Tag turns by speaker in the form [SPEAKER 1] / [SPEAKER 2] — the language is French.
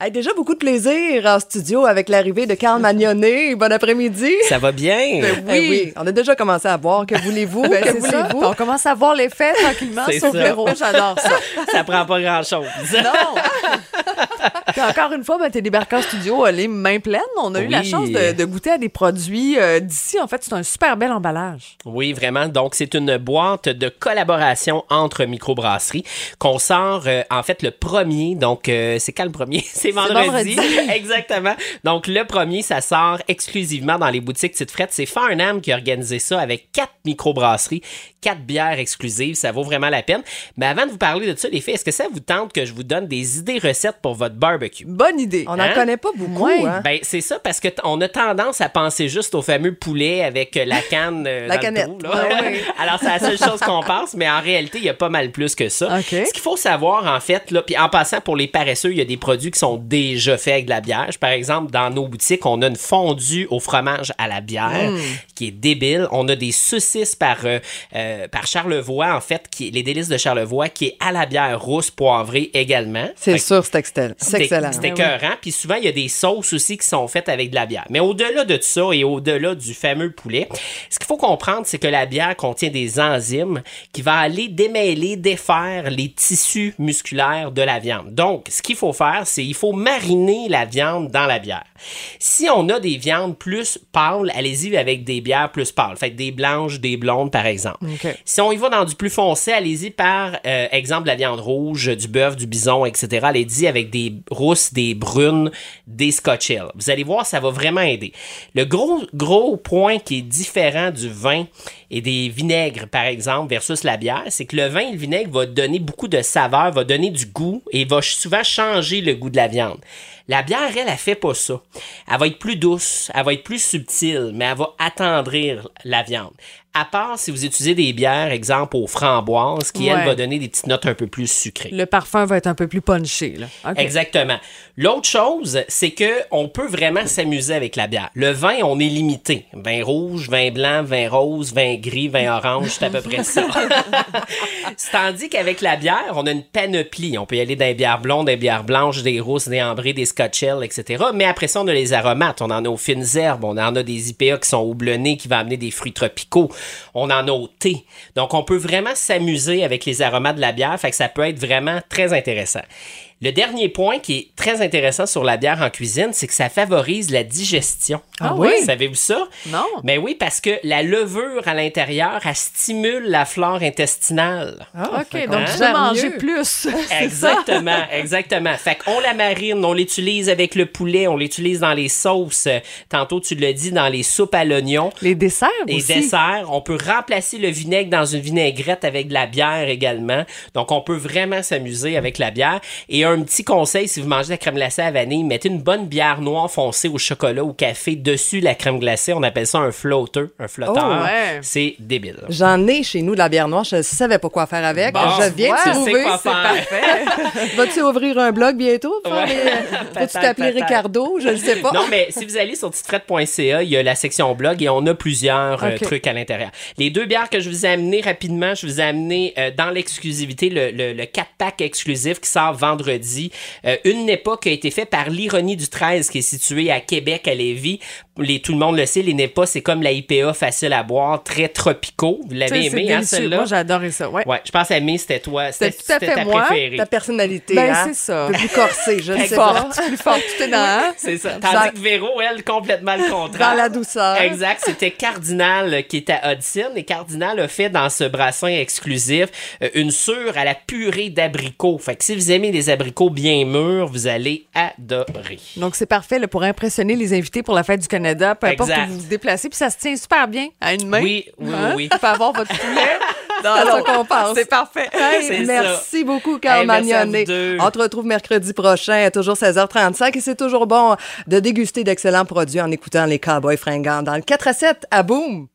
[SPEAKER 1] Hey, déjà beaucoup de plaisir en studio avec l'arrivée de Carl Magnonet. Bon après-midi.
[SPEAKER 2] Ça va bien?
[SPEAKER 1] Ben oui. Eh oui, on a déjà commencé à boire. Que voulez-vous?
[SPEAKER 3] Ben,
[SPEAKER 1] que
[SPEAKER 3] c'est ça.
[SPEAKER 1] voulez-vous?
[SPEAKER 3] On commence à voir les faits tranquillement
[SPEAKER 2] C'est
[SPEAKER 3] sur
[SPEAKER 2] ça.
[SPEAKER 3] le rouge. J'adore ça.
[SPEAKER 2] Ça prend pas grand-chose.
[SPEAKER 3] Non! Puis encore une fois, ben, t'es débarqué en studio, euh, les mains pleines. On a eu
[SPEAKER 2] Oui.
[SPEAKER 3] la chance de, de goûter à des produits euh, d'ici. En fait, c'est un super bel emballage.
[SPEAKER 2] Oui, vraiment. Donc, c'est une boîte de collaboration entre microbrasseries qu'on sort, euh, en fait, le premier. Donc, euh, c'est quand le premier? C'est vendredi. Exactement. Donc, le premier, ça sort exclusivement dans les boutiques Tite Frette. C'est Farnham qui a organisé ça avec quatre microbrasseries, quatre bières exclusives. Ça vaut vraiment la peine. Mais avant de vous parler de ça, les filles, est-ce que ça vous tente que je vous donne des idées recettes pour votre barbecue?
[SPEAKER 3] Bonne idée.
[SPEAKER 1] On n'en
[SPEAKER 2] Hein?
[SPEAKER 1] connaît pas beaucoup.
[SPEAKER 3] Ouais.
[SPEAKER 1] hein.
[SPEAKER 2] Ben, c'est ça, parce que t- on a tendance à penser juste au fameux poulet avec euh, la canne. euh,
[SPEAKER 1] La
[SPEAKER 2] dans le
[SPEAKER 1] canette.
[SPEAKER 2] trou, là.
[SPEAKER 1] Ah oui.
[SPEAKER 2] Alors, c'est la seule chose qu'on pense, mais en réalité, il y a pas mal plus que ça.
[SPEAKER 3] OK.
[SPEAKER 2] Ce qu'il faut savoir, en fait, là, puis en passant pour les paresseux, il y a des produits qui sont déjà faits avec de la bière. Par exemple, dans nos boutiques, on a une fondue au fromage à la bière
[SPEAKER 1] Hmm.
[SPEAKER 2] qui est débile. On a des saucisses par, euh, euh, par Charlevoix, en fait, qui est- les délices de Charlevoix, qui est à la bière rousse poivrée également.
[SPEAKER 1] C'est
[SPEAKER 2] Fait que
[SPEAKER 1] sûr, c'est excellent. C'est
[SPEAKER 2] c'était-
[SPEAKER 1] excellent. Ah
[SPEAKER 2] C'était écœurant. Puis souvent, il y a des sauces aussi qui sont faites avec de la bière. Mais au-delà de ça et au-delà du fameux poulet, ce qu'il faut comprendre, c'est que la bière contient des enzymes qui vont aller démêler, défaire les tissus musculaires de la viande. Donc, ce qu'il faut faire, c'est il faut mariner la viande dans la bière. Si on a des viandes plus pâles, allez-y avec des bières plus pâles. Fait que des blanches, des blondes, par exemple.
[SPEAKER 3] OK.
[SPEAKER 2] Si on y va dans du plus foncé, allez-y par euh, exemple de la viande rouge, du bœuf, du bison, etc. Allez-y avec des rousses, des brunes, des scotch Hill. Vous allez voir, ça va vraiment aider. Le gros, gros point qui est différent du vin et des vinaigres, par exemple, versus la bière, c'est que le vin et le vinaigre va donner beaucoup de saveur, va donner du goût et va ch- souvent changer le goût de la viande. La bière, elle, elle fait pas ça. Elle va être plus douce, elle va être plus subtile, mais elle va attendrir la viande. À part si vous utilisez des bières, exemple aux framboises, qui, elle,
[SPEAKER 3] Ouais.
[SPEAKER 2] va donner des petites notes un peu plus sucrées.
[SPEAKER 3] Le parfum va être un peu plus punché. Là. OK.
[SPEAKER 2] Exactement. L'autre chose, c'est que on peut vraiment s'amuser avec la bière. Le vin, on est limité. Vin rouge, vin blanc, vin rose, vin gris, vin orange, c'est à peu près ça. Tandis qu'avec la bière, on a une panoplie. On peut y aller des bières blondes, des bières blanches, des rousses, des ambrées, des scotchelles, etc. Mais après ça, on a les aromates. On en a aux fines herbes. On en a des IPA qui sont houblonnés, qui vont amener des fruits tropicaux. On en a au thé. Donc, on peut vraiment s'amuser avec les aromates de la bière. Fait que ça peut être vraiment très intéressant. Le dernier point qui est très intéressant sur la bière en cuisine, c'est que ça favorise la digestion.
[SPEAKER 3] Ah oui?
[SPEAKER 2] Savez-vous ça?
[SPEAKER 3] Non.
[SPEAKER 2] Mais oui, parce que la levure à l'intérieur, elle stimule la flore intestinale.
[SPEAKER 1] Ah, fait
[SPEAKER 3] OK,
[SPEAKER 1] qu'on
[SPEAKER 2] Hein?
[SPEAKER 3] donc
[SPEAKER 1] gère
[SPEAKER 3] je vais manger
[SPEAKER 1] mieux.
[SPEAKER 3] plus.
[SPEAKER 2] Exactement, exactement. Fait qu'on la marine, on l'utilise avec le poulet, on l'utilise dans les sauces. Tantôt, tu le dis, dans les soupes à l'oignon.
[SPEAKER 3] Les desserts
[SPEAKER 2] Les
[SPEAKER 3] aussi.
[SPEAKER 2] desserts, on peut remplacer le vinaigre dans une vinaigrette avec de la bière également. Donc, on peut vraiment s'amuser avec la bière. Et un petit conseil, si vous mangez de la crème glacée à vanille, mettez une bonne bière noire foncée au chocolat ou café dessus la crème glacée. On appelle ça un flotteur, un flotteur.
[SPEAKER 3] Oh, ouais.
[SPEAKER 2] C'est débile.
[SPEAKER 1] J'en ai chez nous de la bière noire. Je savais pas quoi faire avec.
[SPEAKER 2] Bon,
[SPEAKER 1] je viens
[SPEAKER 2] tu
[SPEAKER 1] de
[SPEAKER 2] sais
[SPEAKER 1] trouver.
[SPEAKER 2] quoi
[SPEAKER 1] c'est
[SPEAKER 2] faire.
[SPEAKER 1] parfait. Vas-tu ouvrir un blog bientôt? Faire
[SPEAKER 2] Ouais.
[SPEAKER 1] des- Vas-tu
[SPEAKER 2] Peut-être,
[SPEAKER 1] t'appeler
[SPEAKER 2] peut-être.
[SPEAKER 1] Ricardo? Je ne sais pas.
[SPEAKER 2] Non, mais si vous allez sur petitefrette.ca, il y a la section blog et on a plusieurs euh,
[SPEAKER 3] Ok.
[SPEAKER 2] trucs à l'intérieur. Les deux bières que je vous ai amenées rapidement, je vous ai amené euh, dans l'exclusivité le, le, 4-pack exclusif qui sort vendredi. Euh, une n'est pas qui a été faite par l'Ironie du 13 qui est située à Québec, à Lévis. Les, tout le monde le sait, les NEPA, c'est comme la IPA facile à boire, très tropicaux. Vous
[SPEAKER 3] Tu sais,
[SPEAKER 2] l'avez
[SPEAKER 3] C'est
[SPEAKER 2] aimé, hein,
[SPEAKER 3] délicieux. Moi,
[SPEAKER 2] celle-là?
[SPEAKER 3] j'ai adoré ça. Ouais.
[SPEAKER 2] Ouais, je pense à Mé, c'était toi. C'était
[SPEAKER 3] tout à
[SPEAKER 2] c'était
[SPEAKER 3] fait
[SPEAKER 2] ta
[SPEAKER 3] moi,
[SPEAKER 2] préférée.
[SPEAKER 1] Ta personnalité,
[SPEAKER 3] Ben,
[SPEAKER 1] hein?
[SPEAKER 3] c'est ça.
[SPEAKER 1] Un peu plus corsée, je ne
[SPEAKER 3] Plus
[SPEAKER 1] sais pas.
[SPEAKER 3] forte, plus forte, tout est dans, hein?
[SPEAKER 2] C'est ça.
[SPEAKER 1] Ça-
[SPEAKER 2] Tandis que Véro, elle, complètement le contraire.
[SPEAKER 1] Dans la douceur.
[SPEAKER 2] Exact, c'était Cardinal euh, qui était à Hudson et Cardinal a fait dans ce brassin exclusif euh, une sure à la purée d'abricots. Fait que si vous aimez les abricots bien mûrs, vous allez adorer.
[SPEAKER 3] Donc, c'est parfait là, pour impressionner les invités pour la fête du Canada, peu importe
[SPEAKER 2] Exact.
[SPEAKER 3] où vous vous déplacez. Puis ça se tient super bien à une main.
[SPEAKER 2] Oui, oui,
[SPEAKER 3] Hein?
[SPEAKER 2] oui.
[SPEAKER 3] Vous pouvez avoir votre poulet dans
[SPEAKER 1] C'est ça
[SPEAKER 3] l'autre.
[SPEAKER 1] qu'on pense.
[SPEAKER 3] C'est parfait.
[SPEAKER 1] Hey,
[SPEAKER 2] C'est
[SPEAKER 1] merci beaucoup, Carl
[SPEAKER 2] Hey, merci à vous
[SPEAKER 1] Magnonet.
[SPEAKER 2] deux.
[SPEAKER 1] On te retrouve mercredi prochain, toujours 16h35. Et c'est toujours bon de déguster d'excellents produits en écoutant les Cowboys fringants dans le 4 à 7 à Boom.